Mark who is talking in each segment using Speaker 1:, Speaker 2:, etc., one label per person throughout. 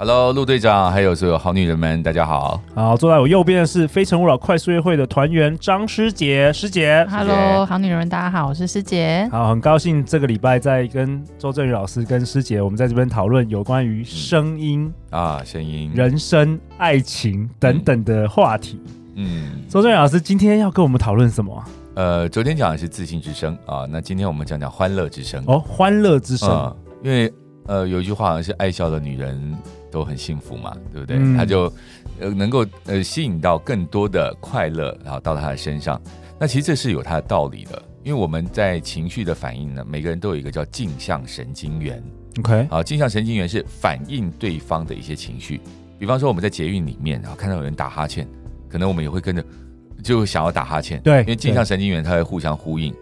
Speaker 1: Hello，陆队长，还有所有好女人们，大家好。
Speaker 2: 好，坐在我右边的是《非诚勿扰》快速约会的团员张师姐，师姐。
Speaker 1: 谢谢
Speaker 3: Hello，好女人们，大家好，我是师姐。
Speaker 2: 好，很高兴这个礼拜在跟周振宇老师跟师姐，我们在这边讨论有关于声音、
Speaker 1: 啊，声音，
Speaker 2: 人生、爱情等等的话题。
Speaker 1: 嗯，
Speaker 2: 周振宇老师今天要跟我们讨论什么啊？
Speaker 1: 呃，昨天讲的是自信之声啊，那今天我们讲讲欢乐之声。
Speaker 2: 哦，欢乐之声。
Speaker 1: 嗯，因为呃有一句话好像是爱笑的女人都很幸福嘛，对不对？
Speaker 2: 嗯
Speaker 1: 她就呃能够呃吸引到更多的快乐，然后到她的身上。那其实这是有它的道理的，因为我们在情绪的反应呢，每个人都有一个叫镜像神经元。
Speaker 2: OK，
Speaker 1: 好，啊镜像神经元是反映对方的一些情绪，比方说我们在捷运里面，然后看到有人打哈欠，可能我们也会跟着就想要打哈欠，
Speaker 2: 对
Speaker 1: 因为镜像神经元它会互相呼应。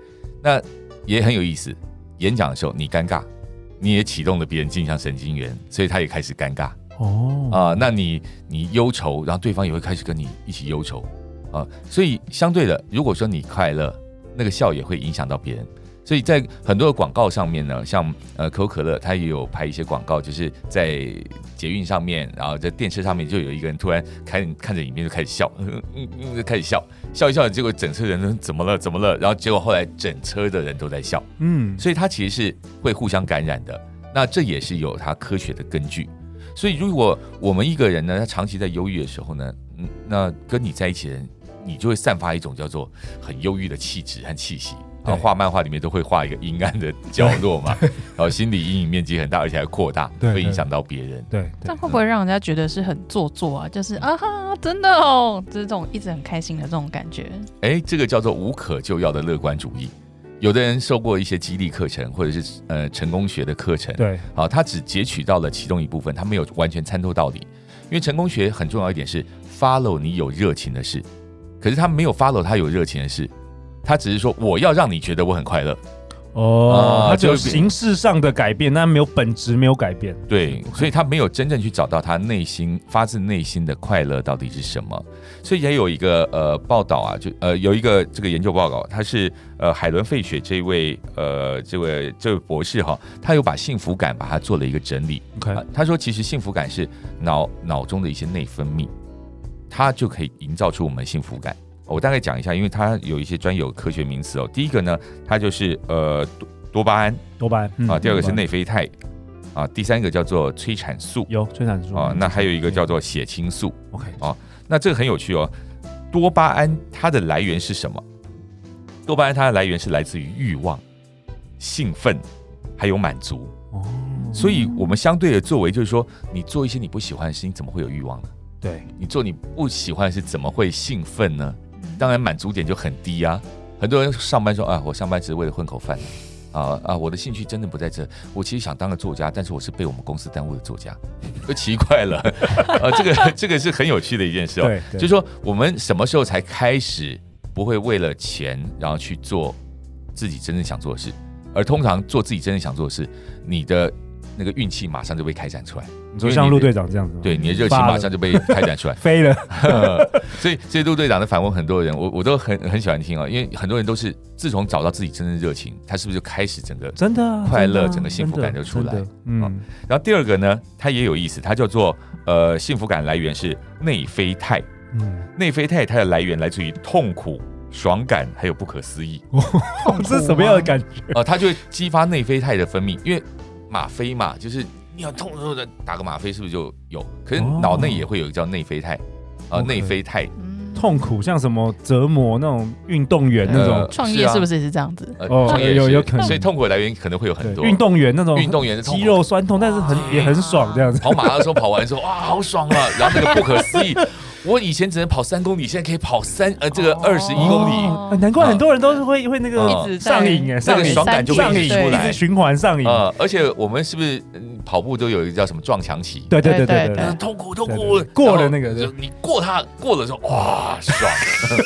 Speaker 1: 那也很有意思，演讲的时候你尴尬，你也启动了别人镜像神经元，所以他也开始尴尬
Speaker 2: 哦，
Speaker 1: 啊、那你你忧愁，然后对方也会开始跟你一起忧愁啊、所以相对的，如果说你快乐，那个笑也会影响到别人。所以在很多的广告上面呢，像呃可口可乐，它也有拍一些广告，就是在捷运上面，然后在电车上面，就有一个人突然看看着影片就开始笑， 嗯嗯嗯，就开始笑，笑一笑，结果整车人都怎么了怎么了，然后结果后来整车的人都在笑。
Speaker 2: 嗯，
Speaker 1: 所以它其实是会互相感染的。那这也是有它科学的根据。所以如果我们一个人呢，他长期在忧郁的时候呢，嗯，那跟你在一起的人，你就会散发一种叫做很忧郁的气质和气息。
Speaker 2: 对
Speaker 1: 然后画漫画里面都会画一个阴暗的角落嘛， 然后心理阴影面积很大，而且还扩大，
Speaker 2: 对
Speaker 1: 会
Speaker 2: 对
Speaker 1: 影响到别人。
Speaker 2: 对对
Speaker 3: 但会不会让人家觉得是很做作啊？就是啊哈，真的哦，就是这种一直很开心的这种感觉。
Speaker 1: 哎，这个叫做无可救药的乐观主义。有的人受过一些激励课程，或者是呃成功学的课程，
Speaker 2: 对，
Speaker 1: 好，他啊只截取到了其中一部分，他没有完全参透到底。因为成功学很重要一点是 follow 你有热情的事，可是他没有 follow 他有热情的事，他只是说我要让你觉得我很快乐。
Speaker 2: 哦，
Speaker 1: 啊
Speaker 2: 它只有
Speaker 1: 就是
Speaker 2: 形式上的改变，但没有本质，没有改变。
Speaker 1: 对，所以他没有真正去找到他内心发自内心的快乐到底是什么。所以也有一个呃报道啊，就呃有一个这个研究报告，他是呃海伦费雪这位呃这位这位博士哈，他有把幸福感把它做了一个整理。
Speaker 2: OK，
Speaker 1: 啊他说，其实幸福感是脑脑中的一些内分泌，它就可以营造出我们幸福感。我大概讲一下，因为它有一些专有科学名词哦。第一个呢，它就是呃多多巴胺
Speaker 2: 多巴胺嗯
Speaker 1: 啊，第二个是
Speaker 2: 多巴胺
Speaker 1: 内啡肽啊，第三个叫做催产素
Speaker 2: 有催产素
Speaker 1: 啊，那还有一个叫
Speaker 2: 嗯
Speaker 1: 啊做血清素。
Speaker 2: OK，
Speaker 1: 那这个很有趣哦，多巴胺它的来源是什么？多巴胺它的来源是来自于欲望、兴奋，还有满足。
Speaker 2: 哦，
Speaker 1: 所以我们相对的作为就是说，你做一些你不喜欢的事情，怎么会有欲望呢？
Speaker 2: 对，
Speaker 1: 你做你不喜欢的事，怎么会兴奋呢？
Speaker 3: 嗯
Speaker 1: 当然满足点就很低啊。很多人上班说啊，我上班只是为了混口饭啊啊，我的兴趣真的不在这。我其实想当个作家，但是我是被我们公司耽误的作家， 就奇怪了。 呃，这个这个是很有趣的一件事哦。
Speaker 2: 对，对
Speaker 1: 就是说我们什么时候才开始不会为了钱然后去做自己真正想做的事？而通常做自己真正想做的事，你的那个运气马上就被开展出来，
Speaker 2: 你说像陆队长这样子吗，。
Speaker 1: 对，你的热情马上就被开展出来
Speaker 2: 飞 了，
Speaker 1: 所以，所以陆队长的反问很多人，我我都很很喜欢听啊、因为很多人都是自从找到自己真正热情，他是不是就开始整个？
Speaker 2: 真的啊
Speaker 1: 快乐
Speaker 2: 真的啊
Speaker 1: 整个幸福感就出来哦
Speaker 2: 真的真的嗯，
Speaker 1: 然后第二个呢，它也有意思，它叫做呃幸福感来源是内啡肽，
Speaker 2: 嗯，
Speaker 1: 内啡肽它的来源来自于痛苦、爽感还有不可思议。
Speaker 2: 啊这是什么样的感觉？
Speaker 1: 呃，它就会激发内啡肽的分泌，因为吗啡嘛，就是你要痛的时候打个吗啡，是不是就有？可是
Speaker 2: 哦
Speaker 1: 脑内也会有一个叫内啡肽，呃，
Speaker 2: OK
Speaker 1: 内啡肽，
Speaker 3: 嗯
Speaker 2: 痛苦像什么折磨那种运动员那种
Speaker 1: 呃，
Speaker 3: 创
Speaker 1: 是
Speaker 3: 业
Speaker 1: 啊
Speaker 3: 是不是也是这样子？
Speaker 1: 呃，
Speaker 2: 哦
Speaker 1: 痛也
Speaker 2: 有
Speaker 1: 是
Speaker 2: 有可能
Speaker 1: 所以痛苦的来源可能会有呃很多
Speaker 2: 对运。动员那种
Speaker 1: 运动员的痛苦
Speaker 2: 肌肉酸痛，但是很也很爽这样子。
Speaker 1: 啊跑马拉松跑完之后，哇，好爽啊！然后那个不可思议，我以前只能跑三公里，现在可以跑三呃这个
Speaker 2: 哦
Speaker 1: 二十一公里，
Speaker 3: 哦
Speaker 2: 哎难怪很多人都是会会那个
Speaker 1: 嗯
Speaker 3: 一直在
Speaker 2: 上瘾哎，
Speaker 1: 那
Speaker 2: 上
Speaker 1: 个
Speaker 2: 瘾
Speaker 1: 爽感就会
Speaker 2: 上
Speaker 1: 一
Speaker 2: 瘾
Speaker 1: 直出
Speaker 2: 一
Speaker 1: 来
Speaker 2: 直。循环上瘾。
Speaker 1: 呃，而且我们是不是嗯跑步都有一个叫什么撞墙期？
Speaker 2: 对对对
Speaker 3: 对
Speaker 2: 对
Speaker 3: 对
Speaker 2: 对
Speaker 1: 呃，痛苦痛
Speaker 2: 对
Speaker 1: 苦
Speaker 2: 对对过了那个
Speaker 1: 然后就你过它过了之后，哇，爽，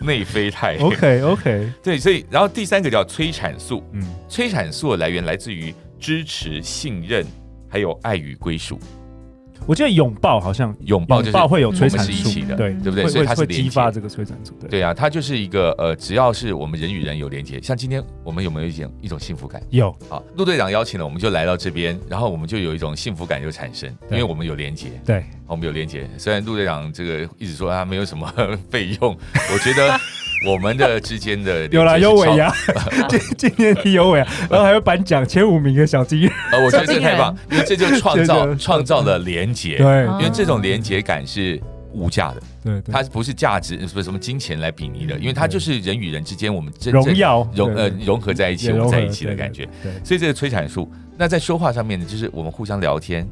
Speaker 1: 内啡肽。
Speaker 2: 对，OK OK，
Speaker 1: 对，所以然后第三个叫催产素，
Speaker 2: 嗯，
Speaker 1: 催产素的来源来自于支持、信任，还有爱与归属。
Speaker 2: 我记得拥抱好像
Speaker 1: 拥抱就是
Speaker 2: 拥抱会有
Speaker 1: 我
Speaker 2: 催
Speaker 1: 们
Speaker 2: 产
Speaker 1: 是一
Speaker 2: 素
Speaker 1: 起的，
Speaker 2: 对
Speaker 1: 对不对
Speaker 2: 会
Speaker 1: 所
Speaker 2: 会
Speaker 1: 以它是
Speaker 2: 会
Speaker 1: 连
Speaker 2: 激发
Speaker 1: 接
Speaker 2: 这个催产素，对，
Speaker 1: 对啊，它就是一个呃，只要是我们人与人有连接，像今天我们有没有一种一种幸福感？
Speaker 2: 有
Speaker 1: 好，陆队长邀请了，我们就来到这边，然后我们就有一种幸福感就产生，因
Speaker 2: 对
Speaker 1: 为我们有连接，
Speaker 2: 对，
Speaker 1: 我哦们有连接。虽然陆队长这个一直说他没有什么 费用，我觉 得我们的之间的连接
Speaker 2: 有啦，
Speaker 1: 是
Speaker 2: 有尾
Speaker 1: 超
Speaker 2: 牙， 今今年你有 尾牙，然后还有颁奖前五名的小金人，
Speaker 1: 呃，我觉得这个
Speaker 3: 小金人
Speaker 1: 太棒，因为这就创
Speaker 2: 这
Speaker 1: 造
Speaker 2: 就
Speaker 1: 创造了连接，
Speaker 2: 对
Speaker 1: 因为这种连接感是无价的，
Speaker 2: 对对，
Speaker 1: 它不是价值不是什么金钱来比拟的，因为它就是人与人之间我们真
Speaker 2: 荣
Speaker 1: 正
Speaker 2: 耀
Speaker 1: 融呃
Speaker 2: 对对
Speaker 1: 融合在一起，
Speaker 2: 也
Speaker 1: 我
Speaker 2: 融
Speaker 1: 们
Speaker 2: 合
Speaker 1: 在一起的
Speaker 2: 对对
Speaker 1: 感觉。
Speaker 2: 对对
Speaker 1: 所以这个催产素，那在说话上面呢，就是我们互相聊天，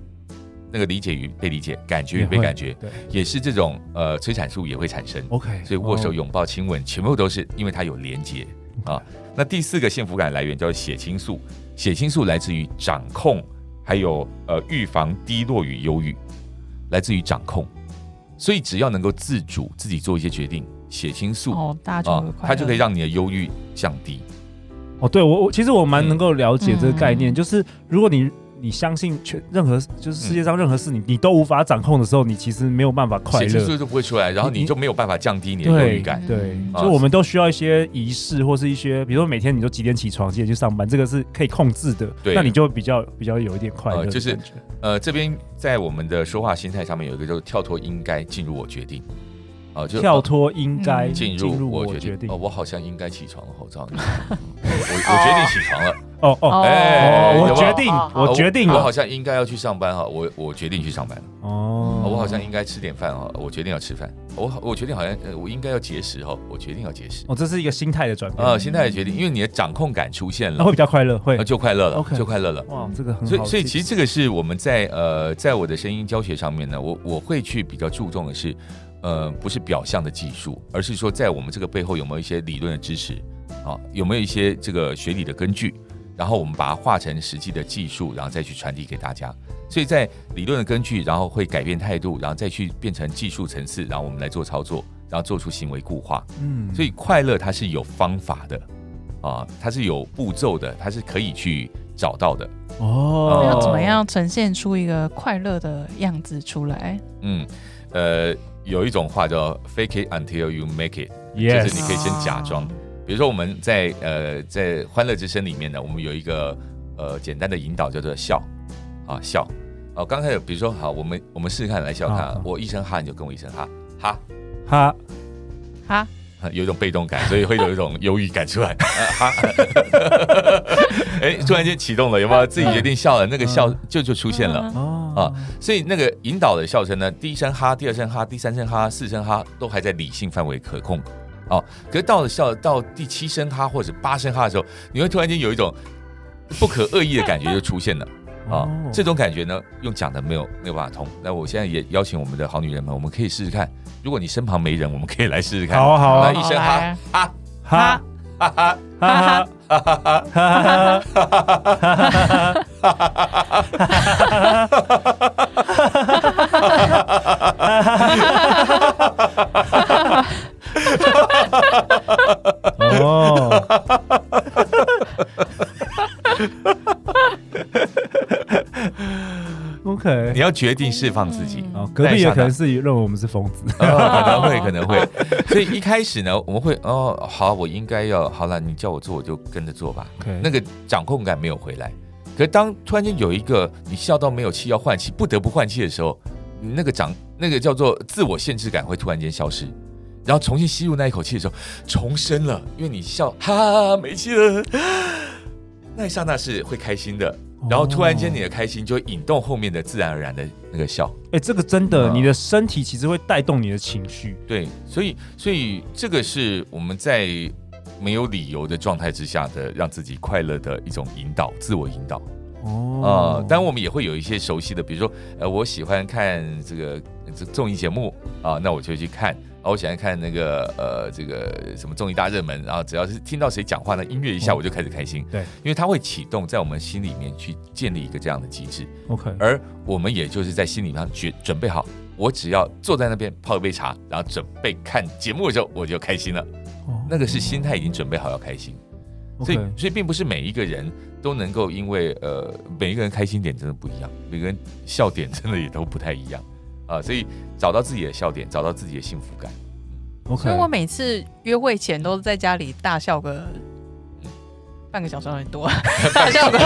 Speaker 1: 那个理解与被理解，感觉与被感觉，
Speaker 2: 对
Speaker 1: 也是这种呃催产素也会产生。
Speaker 2: ，OK，
Speaker 1: 所以握手、拥抱、亲吻，全部都是因为它有连结啊。那第四个幸福感来源叫血清素，血清素来自于掌控，还有呃预防低落与忧郁，来自于掌控。所以只要能够自主自己做一些决定，血清素啊、
Speaker 3: 哦，大家就会快乐
Speaker 1: 它就可以让你的忧郁降低。
Speaker 2: 哦，哦，对我我其实我
Speaker 1: 嗯
Speaker 2: 蛮能够了解这个概念，
Speaker 3: 嗯
Speaker 2: 就是如果你。你相信全任何就是世
Speaker 1: 嗯
Speaker 2: 界上任何事你、你都无法掌控的时候，你其实没有办法快
Speaker 1: 血清
Speaker 2: 乐
Speaker 1: 素。就不会出来，然后你就没有办法降低你的忧郁
Speaker 2: 对
Speaker 1: 感。
Speaker 2: 对，
Speaker 1: 啊
Speaker 2: 就我们都需要一些仪式或是一些，比如说每天你都几点起床，几点去上班，这个是可以控制的。
Speaker 1: 对
Speaker 2: 那你就比较比较有一点快乐
Speaker 1: 呃
Speaker 2: 的感
Speaker 1: 就
Speaker 2: 觉、
Speaker 1: 是呃，这边在我们的说话心态上面有一个就是跳脱应该进入我决定，啊、就
Speaker 2: 跳脱应该
Speaker 3: 嗯
Speaker 1: 进入
Speaker 2: 入
Speaker 1: 我
Speaker 2: 决
Speaker 1: 决定。
Speaker 2: 定。
Speaker 1: 哦，我好像应该起 床了，我知道你，我我决定起床了，
Speaker 2: 哦哦
Speaker 1: 哎
Speaker 2: 哦，
Speaker 1: 有
Speaker 2: 我
Speaker 1: 没有
Speaker 2: 决定，我决定
Speaker 1: 我
Speaker 2: 了
Speaker 1: 好。像应该要去上班哈，我我决定去上班了，
Speaker 2: 哦
Speaker 1: 我好像应该吃点饭哈，我决定要吃饭，我好我决定好像呃我应该要节食哈，我决定要节食
Speaker 2: 哦，这是一个心态的转变，
Speaker 1: 啊，现在也决定，因为你的掌控感出现
Speaker 2: 那
Speaker 1: 了
Speaker 2: 会，比较快乐，会
Speaker 1: 那就快乐了，
Speaker 2: 哦 OK
Speaker 1: 就快乐了。
Speaker 2: 哇，这个很好。
Speaker 1: 所以，所以其实这个是我们在呃，在我的声音教学上面呢，我我会去比较注重的是，呃，不是表象的技术，而是说在我们这个背后有没有一些理论的支持啊，有没有一些这个学理的根据，然后我们把它化成实际的技术，然后再去传递给大家。所以在理论的根据，然后会改变态度，然后再去变成技术层次，然后我们来做操作，然后做出行为固化。
Speaker 2: 嗯
Speaker 1: 所以快乐它是有方法的啊，它是有步骤的，它是可以去找到的。
Speaker 2: 哦，
Speaker 3: 要
Speaker 1: 哦
Speaker 3: 怎么样呈现出一个快乐的样子出来？
Speaker 1: 嗯，呃，有一种话叫 “fake it until you make it”，
Speaker 2: ？Yes，
Speaker 1: 就是你可以先假装
Speaker 3: 哦。
Speaker 1: 比如说我们在呃在《欢乐之声》里面呢，我们有一个呃简单的引导叫做笑啊笑。哦，刚开始比如说好，我们我们试试看来笑看啊
Speaker 2: 好好，
Speaker 1: 我一声哈你就跟我一声哈哈。
Speaker 2: 哈，
Speaker 3: 哈，
Speaker 1: 啊有一种被动感，所以会有一种忧郁感 出来。啊哈， 哎，突然间启动了，有没有？自己决定笑了，那
Speaker 2: 嗯
Speaker 1: 个笑就就出现了。
Speaker 3: 嗯
Speaker 2: 哦
Speaker 1: 所以那个引导的笑声呢，第一声哈，第二声哈，第三声哈，四声哈，都还在理性范围可控。哦，可是到了笑到第七声哈或者八声哈的时候，你会突然间有一种不可恶意的感觉就出现了。
Speaker 2: 哦
Speaker 1: 啊、这种感觉呢，用讲的没有没有办法通。那我现在也邀请我们的好女人们，我们可以试试看。如果你身旁没人，我们可以来试试看。
Speaker 2: 好啊好
Speaker 1: 来
Speaker 2: 啊
Speaker 1: 一声哈
Speaker 3: 好
Speaker 1: 哈
Speaker 2: 哈
Speaker 1: 哈哈，
Speaker 2: 哈哈。哈哈哈哦，
Speaker 1: 你
Speaker 2: OK，
Speaker 1: 要决定释放自己。
Speaker 3: 嗯
Speaker 2: 好，隔壁也可能是认为我们是疯子，
Speaker 1: 啊， 可能会，可能会。所以一开始呢，我们会哦，好，我应该要好了，你叫我做，我就跟着做吧。
Speaker 2: OK，
Speaker 1: 那个掌控感没有回来。可是当突然间有一个你笑到没有气要换气，不得不换气的时候，你那个掌那个叫做自我限制感会突然间消失，然后重新吸入那一口气的时候，重生了，因为你笑哈没气了，那一刹那是会开心的，然后突然间你的开心就会引动后面的自然而然的那个笑。
Speaker 2: 哎、这个真的，
Speaker 1: 嗯
Speaker 2: 你的身体其实会带动你的情绪。
Speaker 1: 对，所以所以这个是我们在没有理由的状态之下的让自己快乐的一种引导，自我引导啊、
Speaker 2: 哦
Speaker 1: 呃。当然我们也会有一些熟悉的，比如说呃，我喜欢看这个这综艺节目啊，那我就去看啊，我喜欢看那个呃这个什么综艺大热门，然后只要是听到谁讲话呢，音乐一下我就开始开心，
Speaker 2: 哦对
Speaker 1: 因为它会启动在我们心里面去建立一个这样的机制，
Speaker 2: 哦 OK，
Speaker 1: 而我们也就是在心理上准准备好，我只要坐在那边泡一杯茶，然后准备看节目的时候我就开心了，
Speaker 2: 哦
Speaker 1: 那个是心态已经准备好要开心。所以
Speaker 2: OK，
Speaker 1: 所以并不是每一个人都能够，因为呃，每一个人开心点真的不一样，每个人笑点真的也都不太一样啊、所以找到自己的笑点，找到自己的幸福 感，
Speaker 3: 所以我
Speaker 2: OK，
Speaker 3: 每次约会前都在家里大笑个半个小时，很 多，大笑个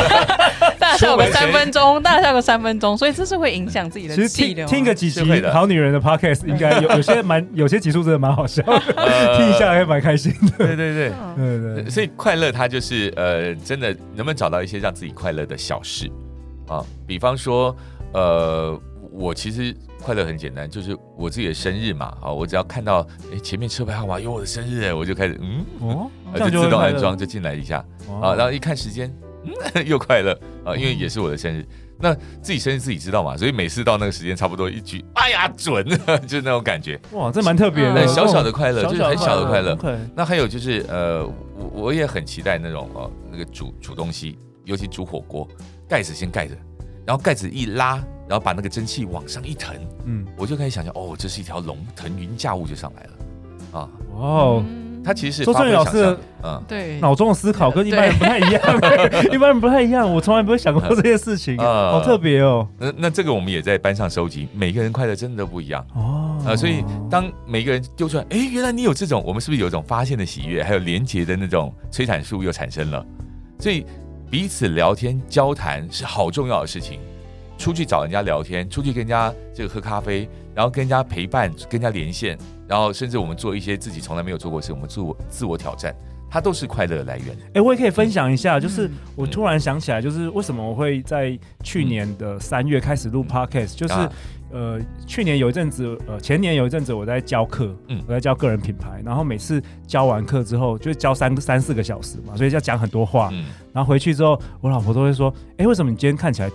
Speaker 3: 大笑个三分钟，大笑个三分钟，所以这是会影响自己的
Speaker 2: 其实
Speaker 3: 气
Speaker 2: 听
Speaker 3: 流啊。
Speaker 2: 听个几集
Speaker 1: 是会
Speaker 2: 《
Speaker 1: 的
Speaker 2: 好女人》的 Podcast，应该有 有些蛮有些集数真的蛮好笑的，
Speaker 1: 呃
Speaker 2: 听一下也蛮开心的。
Speaker 1: 对对对。
Speaker 3: 嗯，
Speaker 2: 对对对，
Speaker 1: 所以快乐，它就是呃，真的能不能找到一些让自己快乐的小事啊？比方说，呃，我其实快乐很简单，就是我自己的生日嘛，啊，我只要看到哎前面车牌号码有我的生日，哎我就开始嗯，
Speaker 2: 哦，这
Speaker 1: 呃
Speaker 2: 样
Speaker 1: 就
Speaker 2: 会
Speaker 1: 自动
Speaker 2: 快
Speaker 1: 安
Speaker 2: 乐
Speaker 1: 装就进来一下，啊，
Speaker 2: 哦
Speaker 1: 然后一看时间， 嗯，又快乐啊，因为也是我的生日。那自己生日自己知道嘛，所以每次到那个时间差不多一举，哎呀准， 就是那种感觉，
Speaker 2: 哇，这蛮特别的，哦
Speaker 1: 那
Speaker 3: 嗯
Speaker 1: 小小的快乐就是很小的快乐。
Speaker 2: OK，
Speaker 1: 那还有就是呃，我我也很期待那种哦，那个煮煮东西，尤其煮火锅，盖子先盖着，然后盖子一拉，然后把那个蒸汽往上一腾，
Speaker 2: 嗯，
Speaker 1: 我就开始想象，哦，这是一条龙腾云驾雾就上来了啊。
Speaker 2: 哇哦，
Speaker 3: 嗯
Speaker 1: 它其实是
Speaker 2: 周
Speaker 1: 发
Speaker 2: 正宇
Speaker 1: 挥
Speaker 2: 老
Speaker 1: 想
Speaker 2: 师
Speaker 1: 象，嗯。
Speaker 3: 对，
Speaker 2: 脑中的思考跟一般人不太一样， 一般人不太一样，我从来不会想
Speaker 1: 嗯
Speaker 2: 过这些事情，
Speaker 1: 呃
Speaker 2: 好特别哦。
Speaker 1: 那那这个我们也在班上收集，每个人快乐真的都不一样。
Speaker 2: 哦，
Speaker 1: 啊，所以当每个人丢出来，哎，原来你有这种，我们是不是有一种发现的喜悦，还有连结的那种催产素又产生了？所以彼此聊天交谈是好重要的事情。出去找人家聊天，出去跟人家这个喝咖啡，然后跟人家陪伴，跟人家连线，然后甚至我们做一些自己从来没有做过的事，我们自我自我挑战，它都是快乐的来源。
Speaker 2: 哎、我也可以分享一下，就是
Speaker 3: 嗯
Speaker 2: 我突然想起来，就是为什么我会在去年的三月开始录 podcast，就是、
Speaker 1: 啊
Speaker 2: 呃，去年有一阵子，呃，前年有一阵子我在教课，
Speaker 1: 嗯
Speaker 2: 我在教个人品牌，然后每次教完课之后，就教三三四个小时嘛，所以要讲很多话，
Speaker 1: 嗯，
Speaker 2: 然后回去之后，我老婆都会说，哎、为什么你今天看起来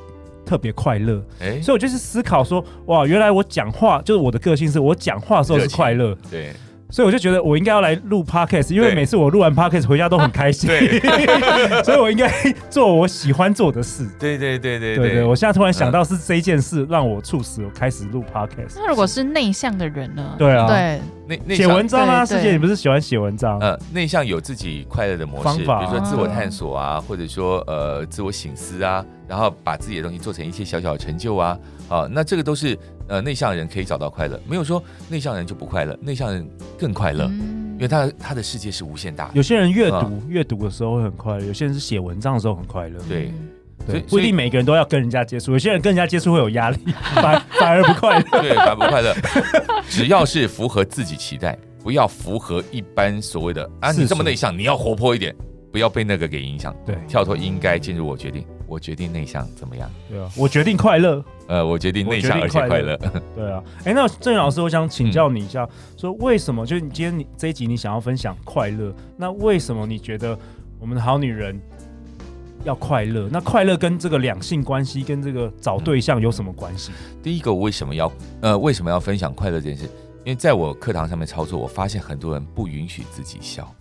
Speaker 2: 特别快乐？
Speaker 1: 哎，
Speaker 2: 所以我就是思考说，哇，原来我讲话就是我的个性是我讲话的时候是快乐，
Speaker 1: 对，
Speaker 2: 所以我就觉得我应该要来录 podcast，因为
Speaker 1: 对啊
Speaker 2: 每次我录完 podcast 回家都很开心，
Speaker 1: 对
Speaker 2: 所以我应该做我喜欢做的事。
Speaker 1: 对对对对
Speaker 2: 对对我现在突然想到是这一件事让我促使我开始
Speaker 1: 嗯
Speaker 2: 录 podcast。
Speaker 3: 那如果是内向的人呢？
Speaker 2: 对啊
Speaker 3: 对，
Speaker 1: 那那
Speaker 2: 写
Speaker 1: 场
Speaker 2: 文章啊，
Speaker 3: 对对
Speaker 2: 师姐，你不是喜欢写文章？
Speaker 1: 呃，内向有自己快乐的模式，
Speaker 2: 方法
Speaker 1: 比如说自我探索啊，或者说呃自我醒思啊，然后把自己的东西做成一些小小的成就啊，啊、那这个都是呃内向人可以找到快乐，没有说内向人就不快乐，内向人更快乐，
Speaker 3: 嗯
Speaker 1: 因为他他的世界是无限大的，
Speaker 2: 有些人阅
Speaker 1: 啊
Speaker 2: 读阅读的时候会很快乐，有些人是写文章的时候很快乐。
Speaker 1: 对
Speaker 3: 嗯
Speaker 1: 所
Speaker 2: 对，
Speaker 1: 以
Speaker 2: 不一定每个人都要跟人家接触，有些人跟人家接触会有压力，反反而不快 乐。
Speaker 1: 对，快不快乐，只要是符合自己期待，不要符合一般所谓的啊，
Speaker 2: 世俗
Speaker 1: 你这么内向，你要活泼一点，不要被那个给影响，
Speaker 2: 对
Speaker 1: 跳脱应该进入我决定，我决定内向怎么样？
Speaker 2: 对啊，我决定快乐。
Speaker 1: 呃，我决定
Speaker 2: 我
Speaker 1: 内
Speaker 2: 决
Speaker 1: 向
Speaker 2: 定
Speaker 1: 而且
Speaker 2: 快
Speaker 1: 快
Speaker 2: 乐
Speaker 1: 乐，
Speaker 2: 对啊，哎，那郑源老师，我想
Speaker 1: 嗯
Speaker 2: 请教你一下，说为什么？就是你今天你这一集你想要分享快乐，那为什么你觉得我们的好女人要快乐？那快乐跟这个两性关系跟这个找对象有什么关系？
Speaker 1: 第一个，我为什么要呃为什么要分享快乐这件事？因为在我课堂上面操作，我发现很多人不允许自己笑，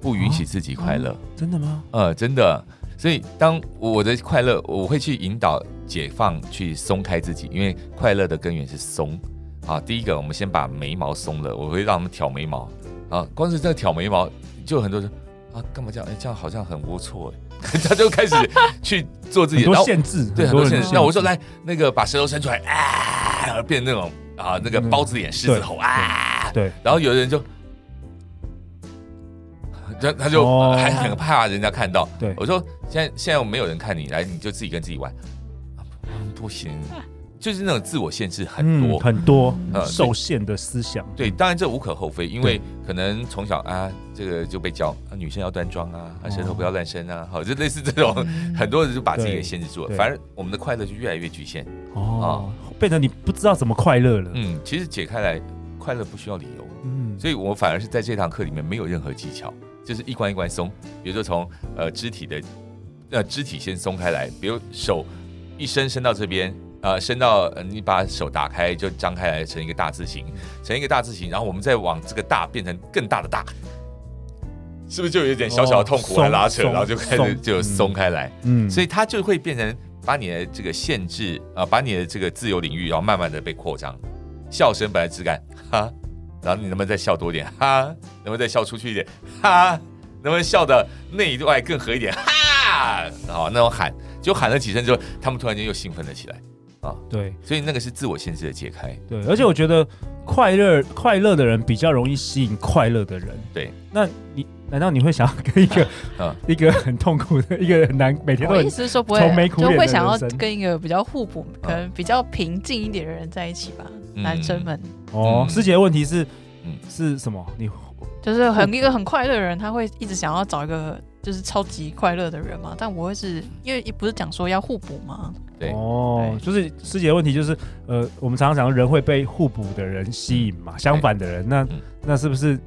Speaker 1: 不允许自己快乐，
Speaker 2: 真的吗？
Speaker 1: 呃，真的。所以当我的快乐，我会去引导解放，去松开自己，因为快乐的根源是松。好，第一个，我们先把眉毛松了，我会让他们挑眉毛。啊，光是在挑眉毛，就有很多人啊，干嘛这样？哎，这样好像很龌龊 哎，他就开始去做自己，
Speaker 2: 很
Speaker 1: 然
Speaker 2: 多
Speaker 1: 后
Speaker 2: 限制，
Speaker 1: 对，很多限制。
Speaker 2: 人
Speaker 1: 那我说来，那个把舌头伸出来，啊，变成那种啊，那个
Speaker 2: 嗯
Speaker 1: 包子脸、狮子头啊，
Speaker 2: 对，
Speaker 1: 然后有的人就，他他就
Speaker 2: 哦
Speaker 1: 还很怕人家看到。
Speaker 2: 对
Speaker 1: 我说现在现在没有人看你，来你就自己跟自己玩，啊不行，就是那种自我限制很
Speaker 2: 嗯
Speaker 1: 多。
Speaker 2: 很多
Speaker 1: 呃
Speaker 2: 受限的思想，
Speaker 1: 对，当然这无可厚非，因
Speaker 2: 对
Speaker 1: 为可能从小啊，这个就被教、啊、女生要端庄啊，
Speaker 2: 哦
Speaker 1: 啊舌头不要乱伸啊，好，就类似这种，很多人就把自己
Speaker 2: 对
Speaker 1: 给限制住了，
Speaker 2: 嗯对
Speaker 1: 反而我们的快乐就越来越局限。
Speaker 2: 哦，变得你不知道怎么快乐了。
Speaker 1: 啊嗯，其实解开来，快乐不需要理由，
Speaker 2: 嗯，
Speaker 1: 所以我反而是在这堂课里面没有任何技巧，就是一关一关松。比如说从呃肢体的，呃肢体先松开来，比如手一伸伸到这边，呃，伸到呃你把手打开就张开来成一个大字形，成一个大字形，然后我们再往这个大变成更大的大，是不是就有点小小的痛苦
Speaker 2: 哦
Speaker 1: 来拉扯，
Speaker 2: 松
Speaker 1: 然后就开始
Speaker 2: 松
Speaker 1: 就松开来，
Speaker 2: 嗯，
Speaker 1: 所
Speaker 2: 以
Speaker 1: 以它就会变成把你的这个限制啊、呃把你的这个自由领域，然后慢慢的被扩张。笑声本来只敢哈，然后你能不能再笑多一点哈？能不能再笑出去一点哈？能不能笑的内外更合一点哈？好，那种喊就喊了几声之后，他们突然间又兴奋了起来。
Speaker 2: 对
Speaker 1: 所以那个是自我限制的解开。
Speaker 2: 对，而且我觉得快乐快乐的人比较容易吸引快乐的人。
Speaker 1: 对，
Speaker 2: 那你难道你会想要跟一个、
Speaker 1: 嗯
Speaker 2: 一个很痛苦的、一个很难每天都
Speaker 3: 我
Speaker 2: 很
Speaker 3: 意思是说不
Speaker 2: 愁眉
Speaker 3: 会，
Speaker 2: 苦脸
Speaker 3: 就
Speaker 2: 的
Speaker 3: 会想要
Speaker 2: 人生嗯
Speaker 3: 跟一个比较互补、可能比较平静一点的人在一起吧。
Speaker 1: 嗯
Speaker 3: 男生们
Speaker 2: 哦？
Speaker 1: 嗯
Speaker 2: 师姐的问题是
Speaker 1: 嗯
Speaker 2: 是什么？你
Speaker 3: 就是很一个很快乐的人，他会一直想要找一个就是超级快乐的人嘛。但我会是因为不是讲说要互补吗？
Speaker 1: 对
Speaker 2: 哦，
Speaker 3: 对
Speaker 2: 就是师姐的问题就是，呃，我们常常讲人会被互补的人吸引嘛，相反的人，那、
Speaker 1: 嗯
Speaker 2: 那是不是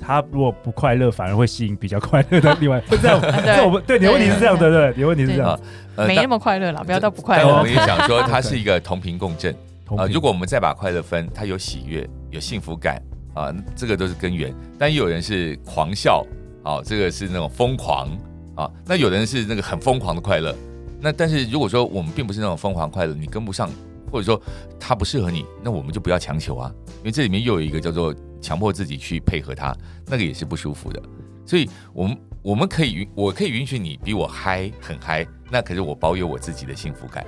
Speaker 2: 他如果不快乐，反而会吸引比较快乐的另 外？会这样，这我们对你的问题是这样的，对不对，你的问题是这样，
Speaker 1: 呃
Speaker 3: 啊没
Speaker 1: 但
Speaker 3: 那么快乐啦，不要到不快
Speaker 1: 但我
Speaker 3: 乐
Speaker 1: 们。也想说，它是一个同频共振。
Speaker 2: 同
Speaker 1: 啊、
Speaker 2: 频
Speaker 1: 如果我们再把快乐分，它有喜悦，有幸福感啊、这个都是根源。但也有人是狂笑，啊、这个是那种疯狂啊、那有的人是那个很疯狂的快乐。那但是如果说我们并不是那种疯狂快乐，你跟不上，或者说它不适合你，那我们就不要强求啊，因为这里面又有一个叫做强迫自己去配合它，那个也是不舒服的。所以我们我们可以允，我可以允许你比我嗨，很嗨，那可是我保有我自己的幸福感。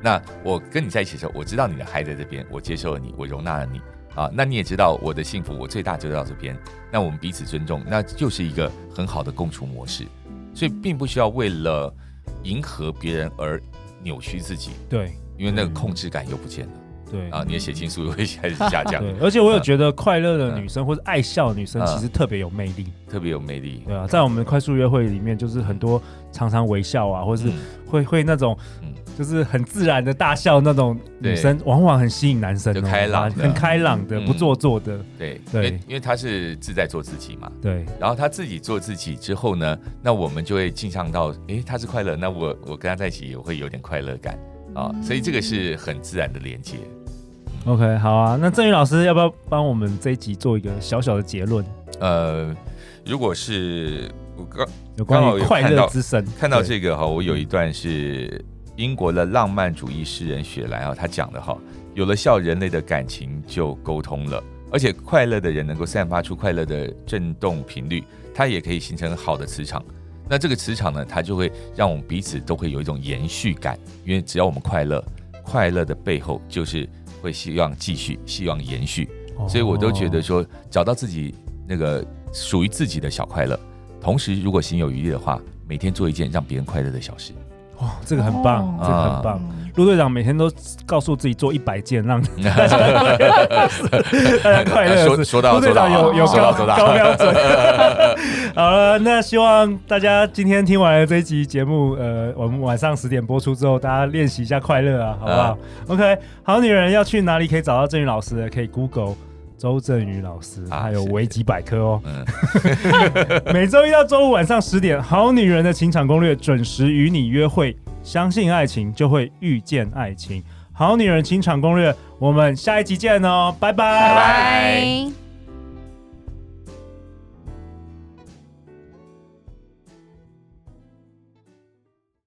Speaker 1: 那我跟你在一起的时候，我知道你的嗨在这边，我接受了你，我容纳了你啊。那你也知道我的幸福，我最大就到这边。那我们彼此尊重，那就是一个很好的共处模式。所以并不需要为了迎合别人而扭曲自己，
Speaker 2: 对
Speaker 1: 因为那个控制感又不见了、
Speaker 2: 对
Speaker 1: 啊，你的血清素又会开始下降，
Speaker 2: 对，而且
Speaker 1: 嗯
Speaker 2: 我有觉得快乐的女生或者爱笑的女生其实特别有魅力，
Speaker 1: 特别有魅力。
Speaker 2: 对啊，在我们快速约会里面，就是很多常常微笑啊，或者是
Speaker 1: 嗯
Speaker 2: 会会那种
Speaker 1: 嗯
Speaker 2: 就是很自然的大笑那种女生，往往很吸引男生哦，
Speaker 1: 就开朗的
Speaker 2: 很开朗的，
Speaker 1: 嗯
Speaker 2: 不做作的，
Speaker 1: 对，因
Speaker 2: 对
Speaker 1: 为因为他是自在做自己嘛，
Speaker 2: 对
Speaker 1: 然后他自己做自己之后呢，那我们就会倾向到，诶，他是快乐，那我我跟他在一起也会有点快乐感啊，所以这个是很自然的连接。
Speaker 2: ，OK，好啊。那郑宇老师要不要帮我们这一集做一个小小的结论？
Speaker 1: 呃，如果是我刚
Speaker 2: 有关
Speaker 1: 刚好
Speaker 2: 于
Speaker 1: 有
Speaker 2: 快
Speaker 1: 看
Speaker 2: 乐
Speaker 1: 到
Speaker 2: 之神，
Speaker 1: 看到
Speaker 2: 对
Speaker 1: 这个哈，我有一段是英国的浪漫主义诗人雪莱啊，他讲的哈，有了笑，人类的感情就沟通了。而且快乐的人能够散发出快乐的振动频率，它也可以形成好的磁场。那这个磁场呢，它就会让我们彼此都会有一种延续感，因为只要我们快乐，快乐的背后就是会希望继续，希望延续。
Speaker 2: 哦
Speaker 1: 所以我都觉得说，找到自己那个属于自己的小快乐，同时如果心有余力的话，每天做一件让别人快乐的小事。
Speaker 2: 哇，这个很棒
Speaker 3: 哦，
Speaker 2: 这个很棒。
Speaker 1: 啊
Speaker 3: 嗯
Speaker 2: 陆队长每天都告诉自己做一百件， 让大家大家快乐的
Speaker 1: 说
Speaker 2: 事。
Speaker 1: 说
Speaker 2: 陆
Speaker 1: 到
Speaker 2: 队
Speaker 1: 做到
Speaker 2: 长
Speaker 1: 啊，
Speaker 2: 有有
Speaker 1: 说
Speaker 2: 高
Speaker 1: 到做到，
Speaker 2: 高标准。 好了，那希望大家今天听完了这一集节目，呃，我们晚上十点播出之后，大家练习一下快乐啊，好不好、o k 好女人要去哪里可以找到郑宇老师？可以 Google 周振宇老师，
Speaker 1: 啊
Speaker 2: 还有
Speaker 1: 是
Speaker 2: 维基百科哦。
Speaker 1: 嗯，
Speaker 2: 每周一到周五晚上十点，《好女人的情场攻略》准时与你约会。相信爱情，就会遇见爱情。《好女人情场攻略》，我们下一集见哦，拜拜
Speaker 1: 拜拜
Speaker 3: 拜。